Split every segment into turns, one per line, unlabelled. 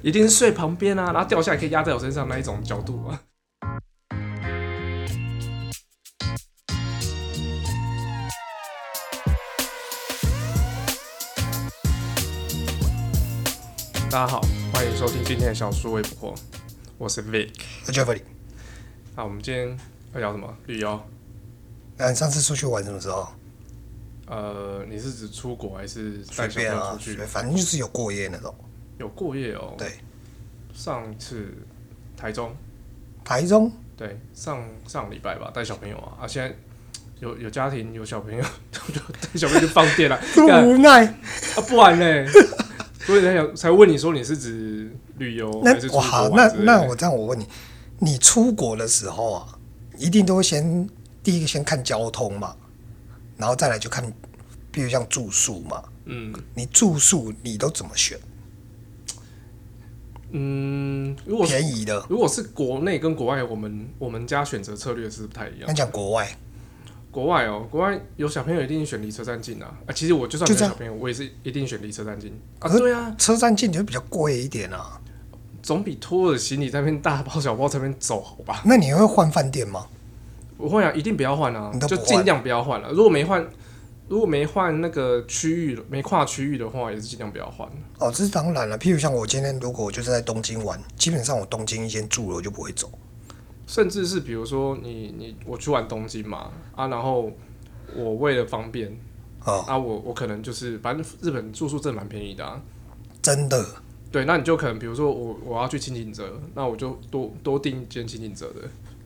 一定是睡旁边啊，然后掉下来可以压在我身上那一种角度啊。大家好，欢迎收听今天的小叔微博，我是 Vic。
Jeffrey，
啊，我们今天要聊什么？旅游？
那呃你上次出去玩什么时候？
呃，你是指出国还是带小
随
朋
便
友
啊，
出去
随？便反正就是有过夜那种。
有过夜哦。
对，
上次台中，
台中
对，上上礼拜吧，带小朋友啊，啊，现在有有家庭有小朋友， 就带小朋友就放电了，
这么
干
无奈，
啊，不然嘞， 所以才想才问你说你是指旅游还是出
那我
国
好，那
玩之类的
那我这样我问你，你出国的时候啊，一定都会先第一个先看交通嘛，然后再来就看，比如像住宿嘛，
嗯
你住宿你都怎么选？
嗯，如果是
便宜的，
如果是国内跟国外，我们我们家选择策略是不太一样
那。讲国外，
国外哦，国外有小朋友一定选离车站近啊。啊，其实我就算没有
就这
小
样
朋友，我也是一定选离车站近啊。
可是
对啊，
车站近就比较贵一点啊。
总比拖着行李在那边大包小包在那边走好吧？
那你会换饭店吗？
我会啊，一定不要换啊
你，都不
就
换
尽量不要换了、啊如果没换，如果没换那个区域，没跨区域的话，也是尽量不要换。
哦，这是当然了。譬如像我今天如果我就是在东京玩，基本上我东京一间住了我就不会走。
甚至是比如说你你我去玩东京嘛啊，然后我为了方便
哦，
啊，我我可能就是反正日本住宿真的蛮便宜的啊。
真的，
对，那你就可能比如说我我要去清景泽，那我就多多订一间清景泽的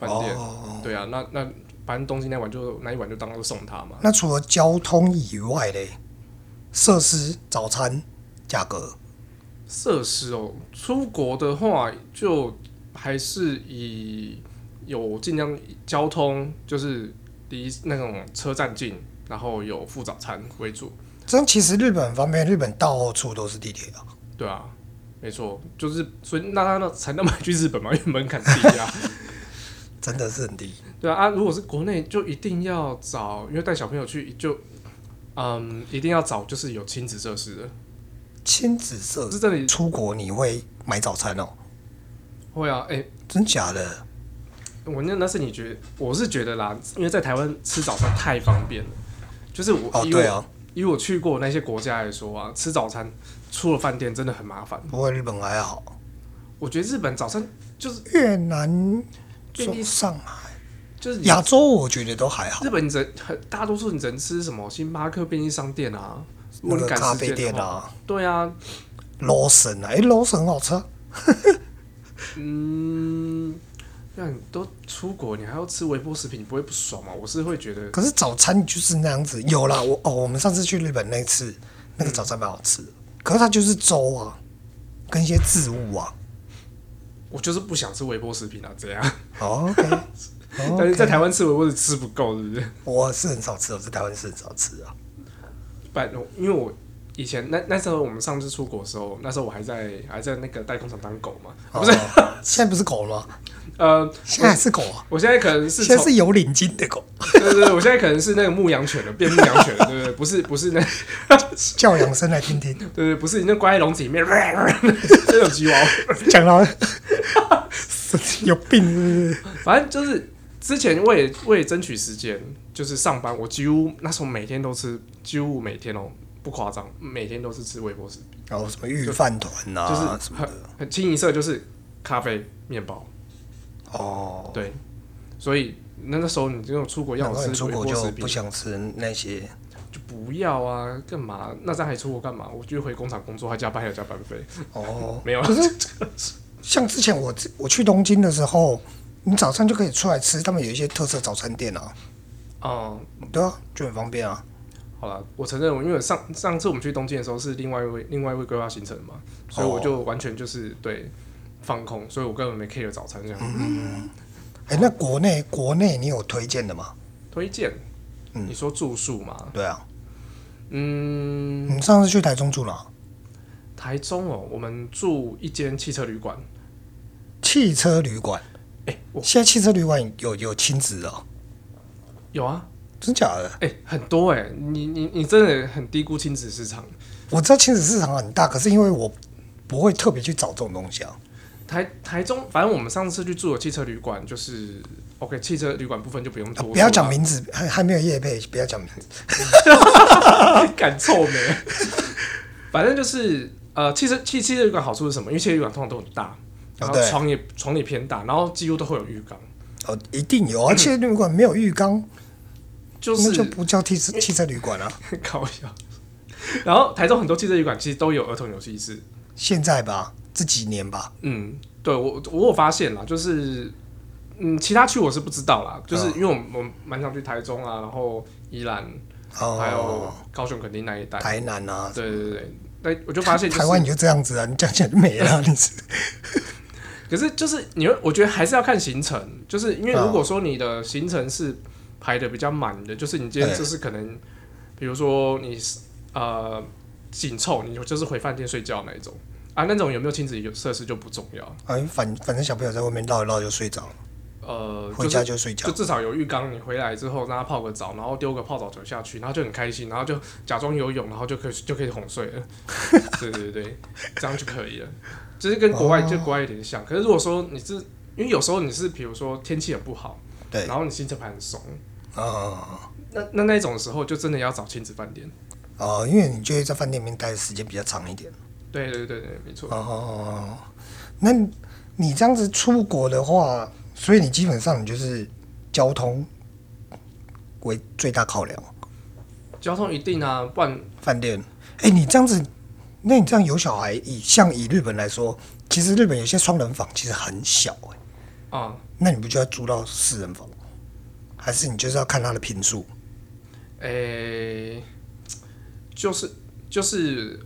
饭店。
哦
对啊，那那反正东京那晚就那一晚就当做送他嘛。
那除了交通以外嘞，设施、早餐、价格，
设施哦，出国的话就还是以有尽量以交通就是离那种车站近，然后有附早餐为主。
这样其实日本很方便，日本到处都是地铁啊。
对啊，没错，就是所以那那那才那么去日本嘛，因为门槛低啊。
真的是很低。
对啊，啊，如果是国内就一定要找，因为带小朋友去就。嗯，一定要找就是有亲子设施的，
亲子设
是
施，
这里
出国你会买早餐哦？
会啊，哎、
真假的？
我那那是你觉得，我是觉得啦，因为在台湾吃早餐太方便了，就是我
哦，
以我、
对啊，
以我去过那些国家来说啊，吃早餐出了饭店真的很麻烦。
不过日本还好，
我觉得日本早餐就是
越南、
便利
中上海、
就是你
亚洲，我觉得都还好
日。本你只很大多数你只能吃什么星巴克便利商店啊，如
那
果你
个
赶
咖
时
啡
间
店
的话，
啊
对啊，
，Lawson 啊，哎，Lawson 很好吃啊。
嗯，那你都出国你还要吃微波食品，你不会不爽吗？我是会觉得
可是早餐就是那样子，有啦，我哦，我们上次去日本那次，那个早餐蛮好吃的，可是它就是粥啊，跟一些渍物啊。
我就是不想吃微波食品啊，这样。
哦 OK，哦
但是在
OK
台湾吃微波是吃不够，是不是？
我是很少吃，我在台湾是很少吃啊。
办，因为我以前那那时候我们上次出国的时候，那时候我还在还在那个代工厂当狗嘛，
哦
不是，
现在不是狗了吗？
呃，
现在还是狗啊，
我现在可 能是
现在
从
是有领巾的狗，
对对对，我现在可能是那个牧羊犬了，变牧羊犬了，对不对？不是不是那
叫两声来听 听。
对对，不是你那关在笼子里面， 这种吉娃娃，
讲到有病是不是？
反正就是之前为为了争取时间，就是上班，我几乎那时候每天都吃，几乎每天哦。不夸张，每天都是吃微波食品，
然哦后什么御饭团
就
啊，
是
什么
很
的。
很清一色，就是咖啡、面包，
哦，
对，所以那那时候你这种出国要
然
我
后
吃
你出
微
国
波食
就
品
不，想吃那些。
就不要啊，干嘛？那这样还出国干嘛？我就回工厂工作，还加班，还有加班 费，
哦，
没有啊
可是像之前我我去东京的时候，你早上就可以出来吃，他们有一些特色早餐店啊，
嗯，
对啊，就很方便啊。
好了，我承认，我因为上上次我们去东京的时候是另外一位另外一位规划行程嘛，所以我就完全就是对放空，所以我根本没 care 早餐这样。
嗯哎、那国内国内你有推荐的吗？
推荐，
嗯
你说住宿嘛？
对啊，
嗯，
你上次去台中住哪？
台中哦，我们住一间汽车旅馆。
汽车旅馆。
哎、我
现在汽车旅馆有有亲子的哦、
有啊，
真假的？
哎、很多哎、你你你真的很低估亲子市场。
我知道亲子市场很大，可是因为我不会特别去找这种东西啊。
台台中，反正我们上次去住的汽车旅馆就是 OK，汽车旅馆部分就不用
啊
多、
不要讲，名字，还还没有业配，不要讲名字。
敢臭美。反正就是呃，汽车汽汽车旅馆好处是什么？因为汽车旅馆通常都很大，然后
哦对
床也床也偏大，然后几乎都会有浴缸，
哦，一定有啊！汽车旅馆没有浴缸，
就
那就是不叫汽车汽车旅馆啊。
搞笑。 然后台中很多汽车旅馆其实都有儿童游戏室，
现在吧，这几年吧，
嗯，对我我有发现啦，就是嗯，其他区我是不知道啦，
嗯
就是因为我们我们蛮常去台中啊，然后宜兰还有
哦，
高雄垦丁那一带，
台南啊，
对对对，对，那我就发现、就是、
台湾，你就这样子啊，你讲起来就没了， 你是
可是就是你会，我觉得还是要看行程，就是因为如果说你的行程是排的比较满的，就是你今天
对
就是可能，比如说你是呃紧凑，你就是回饭店睡觉那一种啊，那种有没有亲子游设施就不重要，
哎，反反正小朋友在外面绕一绕就睡着了，
呃，
回
就
家
是
就睡觉
就。至少有浴缸，你回来之后让他泡个澡，然后丢个泡澡球下去，然后就很开心，然后就假装游泳，然后就可以就可以哄睡了。对对对，这样就可以了。就是跟国外、就国外有点像，可是如果说你是因为有时候你是比如说天气很不好，
对
然后你行程排很松，
啊啊
那那那种时候就真的要找亲子饭店。
啊！哦因为你就会在饭店里面待的时间比较长一点。
对对对对，没错。
哦，那你这样子出国的话，所以你基本上你就是交通为最大考量，
交通一定啊，不然
饭店。哎、你这样子，那你这样有小孩，以像以日本来说，其实日本有些双人房其实很小、哎，
啊、
那你不就要租到四人房？还是你就是要看他的平数？
诶、就是就是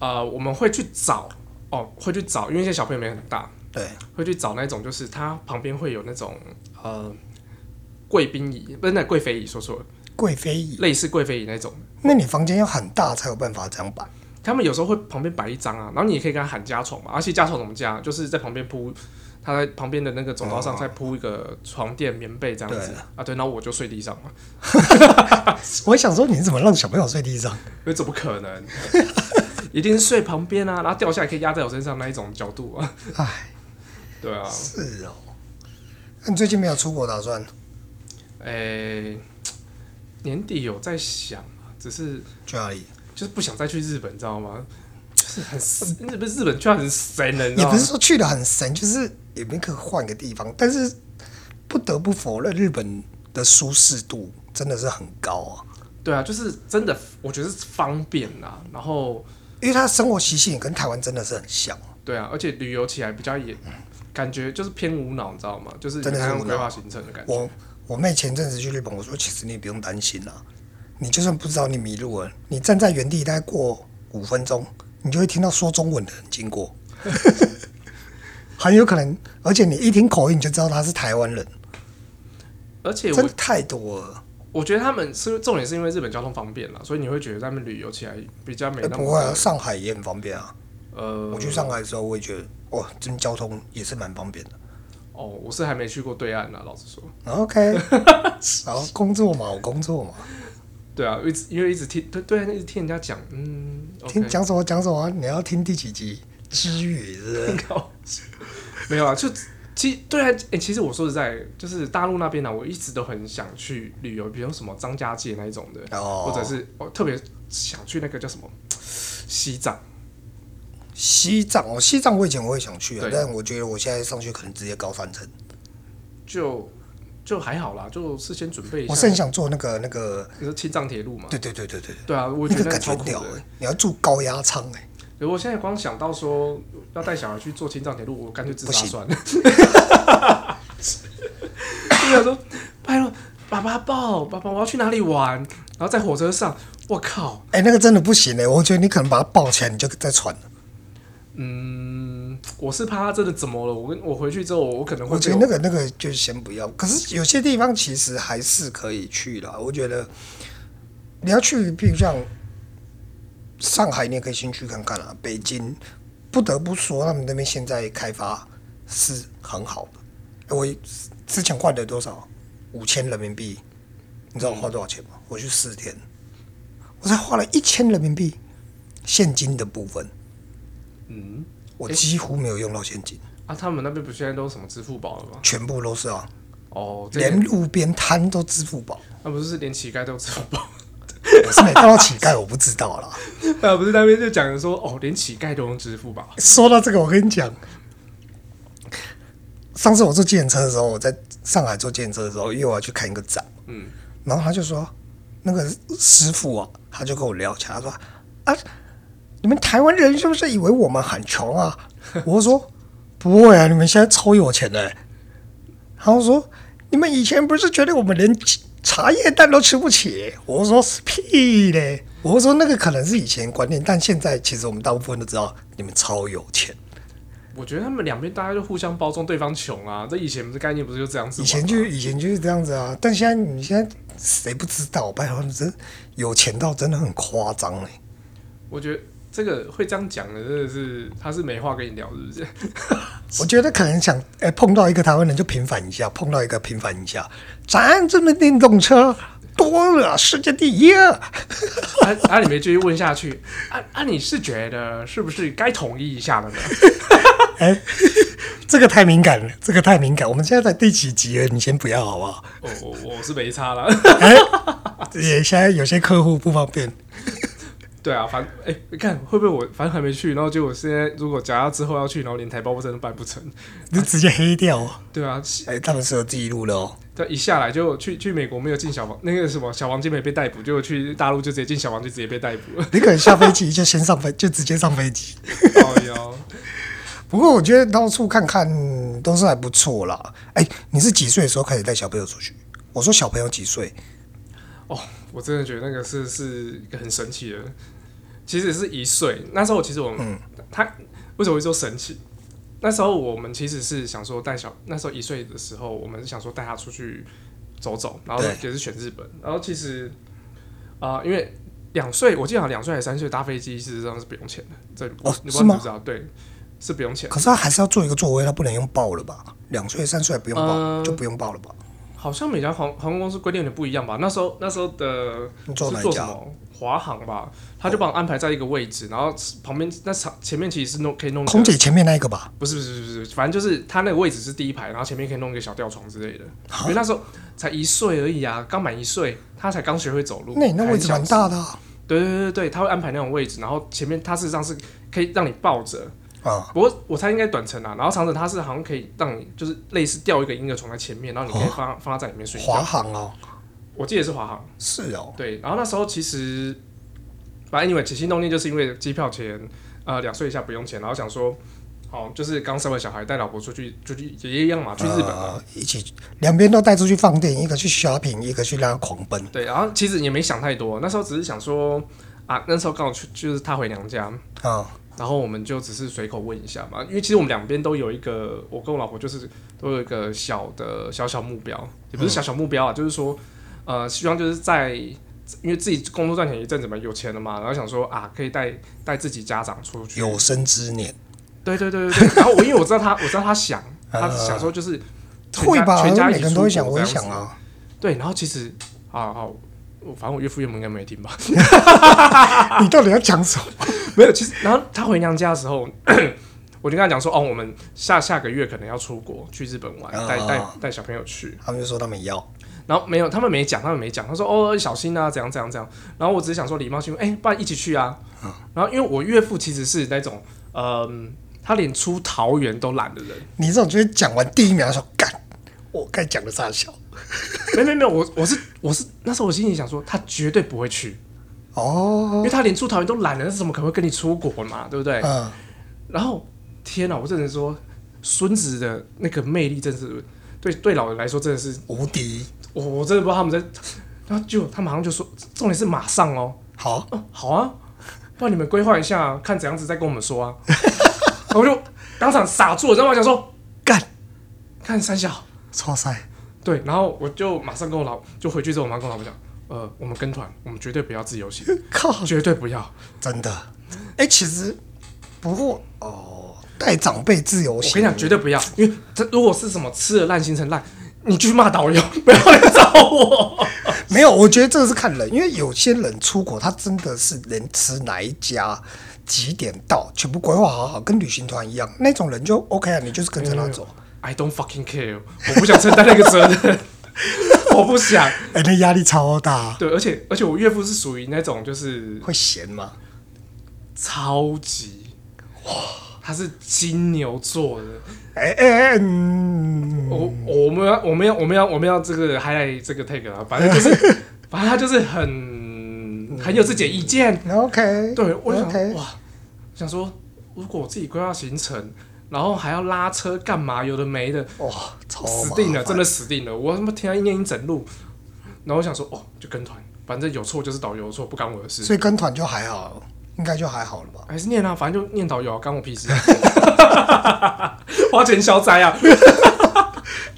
呃，我们会去找哦，会去找，因为现在小朋友没很大，
对，
会去找那种就是它旁边会有那种呃贵宾椅，不是那贵妃椅，说错了，
贵妃椅，
类似贵妃椅那种。
那你房间要很大才有办法这样摆。
他们有时候会旁边摆一张啊，然后你也可以跟他喊加床嘛，而且加床怎么加，就是在旁边铺，他在旁边的那个走道上再铺一个床垫、棉被这样子
对
啊，对，然后我就睡地上嘛，
我想说，你怎么让小朋友睡地上？
那怎么可能？一定是睡旁边啊，然后掉下来可以压在我身上那一种角度啊，
哎，
对啊，
是哦。那你最近没有出国打算？
诶、年底有在想啊，只是
去哪里？
就是不想再去日本，你知道 吗？就是很神日本日本居然很神了，你知
也
道
不
吗
是？说去的很神，就是也没可以换个地方。但是不得不否认，日本的舒适度真的是很高啊，
对啊，就是真的，我觉得是方便啦，然后
因为它生活习性也跟台湾真的是很像。
对啊，而且旅游起来比较也感觉就是偏无脑，你知道吗？就是
真的
你
是
还要
无脑
规划行程的感觉。
我我妹前阵子去日本，我说其实你也不用担心啦、你就算不知道你迷路了，你站在原地大概过五分钟，你就会听到说中文的人经过， 很有可能，而且你一听口音你就知道他是台湾人，
而且
真
我
的太多了。
我觉得他们是重点是因为日本交通方便啦，所以你会觉得他们旅游起来比较没
哎
那
不会
么
啊，上海也很方便啊。
呃
我去上海的时候，我也觉得哇，这边交通也是蛮方便的。
哦，我是还没去过对岸啊啦，老实说。
OK，然后工作嘛，我工作嘛，
对啊，一直因为一直听对对岸一直听人家讲，嗯，OK，
听讲什么讲什么，你要听第几集？知语是不是
搞没有啊，就其实对啊，哎、其实我说实在，就是大陆那边呢、啊我一直都很想去旅游，比如什么张家界那一种的，
哦，
或者是 我特别想去那个叫什么西藏。
西藏哦，西藏我以前我也想去啊
对，
但我觉得我现在上去可能直接高三层。
就就还好啦，就事先准备一下。
我是很想坐那个那个，
你说青藏铁路嘛？
对对对对对，
对啊，我
那
觉
个
得
感
超
觉
酷
屌
的。
哎、你要住高压舱哎、
如果现在光想到说要带小孩去坐青藏铁路，我干脆自杀
不行
算了。 就想说，拜托，爸爸抱，爸爸我要去哪里玩？然后在火车上，我靠，
哎、那个真的不行哎、我觉得你可能把它抱起来你就在喘了。
嗯，我是怕他真的怎么了？我跟我回去之后，我可能会
我
被
觉得那个那个就先不要。可是有些地方其实还是可以去啦。我觉得你要去，比如像上海，你也可以先去看看啦。北京，不得不说，他们那边现在开发是很好的。我之前换了多少？五千人民币，你知道我花多少钱吗？我去四天，我才花了一千人民币，现金的部分。
嗯，
我几乎没有用到现金，
啊，他们那边不现在都什么支付宝了吗？
全部都是啊，
哦，这
连路边摊都支付宝。
那、不是连乞丐都支付宝？
我是没看到乞丐，我不知道啦。
啊，不是那边就讲说哦，连乞丐都用支付宝。
说到这个，我跟你讲，上次我坐计程车的时候，我在上海坐计程车的时候，因为我要去看一个展，
嗯，
然后他就说，那个师傅啊，他就跟我聊起来，他说啊，你们台湾人是不是以为我们很穷啊？我说不会啊，你们现在超有钱的、欸。然后说你们以前不是觉得我们连茶叶蛋都吃不起？我说是屁嘞！我说那个可能是以前观念，但现在其实我们大部分都知道你们超有钱。
我觉得他们两边大家就互相包装对方穷啊，这以前的概念不是就这样子
以
玩吗？
前就以前就是这样子啊，但现在你现在谁不知道？拜托，真有钱到真的很夸张哎！
我觉得这个会这样讲的真的是他是没话跟你聊，是不是？
我觉得可能想哎、碰到一个台湾人就平反一下，碰到一个平反一下。咱这边电动车多了，世界第一啊！
啊啊！你没继续问下去，啊啊！你是觉得是不是该统一一下了呢？
这个太敏感了，这个太敏感。我们现在在第几集了？你先不要好不好？
我我我是没差啦。
也现在有些客户不方便。
对啊，反哎、你看会不会我反正还没去，然后结果现在如果假如之后要去，然后连台胞证都办不成，
就直接黑掉哦。
对啊，
哎、他们是有记录的哦。
这一下来就去去美国没有进小房那个什么小黄金没被逮捕，结果去大陆就直接进小黄金直接被逮捕了，
你可能下飞机就先上飞，就直接上飞机。
哦哟，
不过我觉得到处看看都是还不错啦。哎、你是几岁的时候开始带小朋友出去？我说小朋友几岁？
我真的觉得那个是是一个很神奇的，其实是一岁那时候其实我们、
嗯
他为什么会说神奇？那时候我们其实是想说带小那时候一岁的时候，我们是想说带他出去走走，然后
对
也是选日本，然后其实啊、呃因为两岁我记得好像两岁还是三岁搭飞机事实上是不用钱的，这
哦
你不知
是
道你知
吗
不知道？对，是不用钱。
可是他还是要坐一个座位，他不能用抱了吧？两岁、三岁还不用抱，
呃
就不用抱了吧？
好像每家航航空公司规定有点不一样吧？那时候那时候的
你坐哪
是
一
做什
家？
么华航吧，他就帮我安排在一个位置，然后旁边那场前面其实是弄可以弄一个
空姐前面那一个吧？
不是不是不是，不是反正就是他那个位置是第一排，然后前面可以弄一个小吊床之类的。因为那时候才一岁而已啊，刚满一岁，他才刚学会走路。
那你那位置蛮大的啊。
对。对对对对，他会安排那种位置，然后前面他事实上是可以让你抱着，
啊
不过我猜应该短程啊，然后长程它是好像可以让你就是类似吊一个婴儿床在前面，然后你可以放、放它在里面睡
哦华
觉。
航哦，
我记得是华航。
是哦，
对，然后那时候其实，反正 anyway 起心动念就是因为机票钱，呃，两岁以下不用钱，然后想说，好、就是刚生完小孩带老婆出去，就去也一样嘛，去日本嘛。
呃一起两边都带出去放电，一个去 shopping，一个去让他狂奔。
对，然后其实也没想太多，那时候只是想说，啊，那时候刚好去就是她回娘家，
啊，
然后我们就只是随口问一下嘛，因为其实我们两边都有一个，我跟我老婆就是都有一个小的小小目标，也不是小小目标啊，就是说，呃，希望就是在因为自己工作赚钱一阵子嘛，有钱了嘛，然后想说啊，可以带带自己家长出去，
有生之年
对对对对对，然 后我因为我知道他，我知道他想，他想说就是全家
会吧？
全家一
每
起
个人都会
出
想，
国
我也
这样
想
子
啊。
对，然后其实啊好，我反正我岳父岳母应该没听吧。
你到底要讲什么？
没有，其实然后他回娘家的时候， 我就跟他讲说，哦，我们下下个月可能要出国去日本玩，
啊
带带带小朋友去。
他们就说他们要，
然后没有，他们没讲，他们没讲，他说哦小心啊，怎样怎样怎样。然后我只是想说礼貌性，哎、不然一起去啊。然后因为我岳父其实是那种，嗯、他连出桃园都懒的人。
你这种就是讲完第一秒说干，我该讲的傻笑。
没没没有，我我是我是那时候我心里想说，他绝对不会去，因
哦，
为他连出桃园都懒了，那怎么可能会跟你出国嘛，对不对？
嗯，
然后天哪，我真的说，孙子的那个魅力真是对对老人来说真的是，
无敌，
我我真的不知道他们在，然后就他马上就说，重点是马上哦，
好，
哦好啊，不然你们规划一下、看怎样子再跟我们说啊。 然后我就当场傻住了，然后我想说，
干，
看三小，
超赛，
对，然后我就马上跟我老就回去之后，我妈跟我老婆讲，呃，我们跟团，我们绝对不要自由行，
靠，
绝对不要。
真的。哎、其实不过哦，带长辈自由
我
行，
跟你讲，绝对不要，因为这如果是什么吃了烂行程烂，你去骂导游， 不要来找我。
没有，我觉得这个是看人，因为有些人出国，他真的是连吃哪一家几点到，全部规划好好，跟旅行团一样，那种人就 OK 啊，你就是跟着
没有
他
没有
走。
I don't fucking care，我不想承担那个责任， 我不想。
哎、那压力超大，
对，而且而且我岳父是属于那种就是
会闲吗？
超级哇，他是金牛座的。
哎哎哎，嗯，
我我们要我们要我们要我们要这个 highlight 这个 take 啊，反正就是 反正他就是很很有自己的意见。
OK，
对，我就想
OK
哇，我想说如果我自己规划行程，然后还要拉车干嘛，有的没的，
哇，超
死定了，真
的。
的死定了！我他妈听他一念一整路，然后我想说哦，就跟团，反正有错就是导游的错，不干我的事。
所以跟团就还好，应该就还好了吧？
还是念啊，反正就念导游、啊，干我屁事、啊，啊 花钱消灾啊！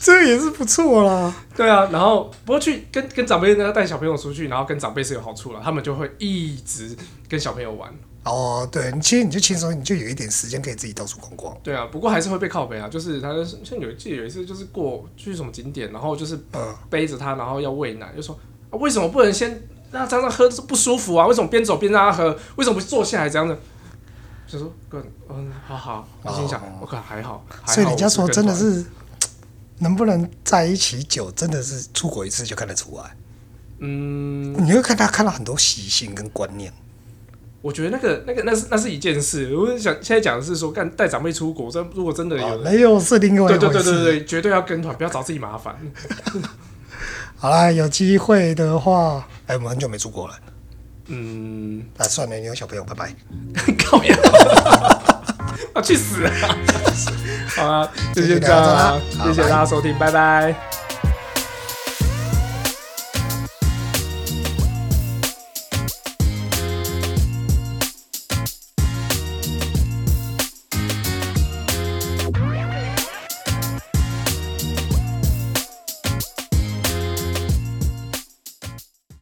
这也是不错啦。
对啊，然后不过去跟跟长辈呢，带小朋友出去，然后跟长辈是有好处了，他们就会一直跟小朋友玩。
哦，对，你其实你就轻松，你就有一点时间可以自己到处逛逛。
对啊，不过还是会被靠背啊，就是他就是像有一记得有一次就是过去什么景点，然后就是
嗯
背着他，然后要喂奶，就说、啊、为什么不能先让他让喝不舒服啊？为什么边走边让他喝？为什么不坐下来这样的？就说哥，嗯，好好，我心想，我、靠，还好，还好
哦所以人家说
我跟
真的
团
是，能不能在一起久，真的是出国一次就看得出来。
嗯，
你会看他看到很多习性跟观念。
我觉得那个那个那是那是一件事，我是想现在讲的是说，干带长辈出国，真如果真的有
哦，
人，
没有是另外一
对
回事。
对对对对，绝对要跟团，不要找自己麻 烦。
好啦，有机会的话，哎、我们很久没出国了，
嗯，
那、算了，你有小朋友，拜拜。
靠呀，啊去死啊！好啊，就先这样啦，
好
谢谢大家收听，拜拜。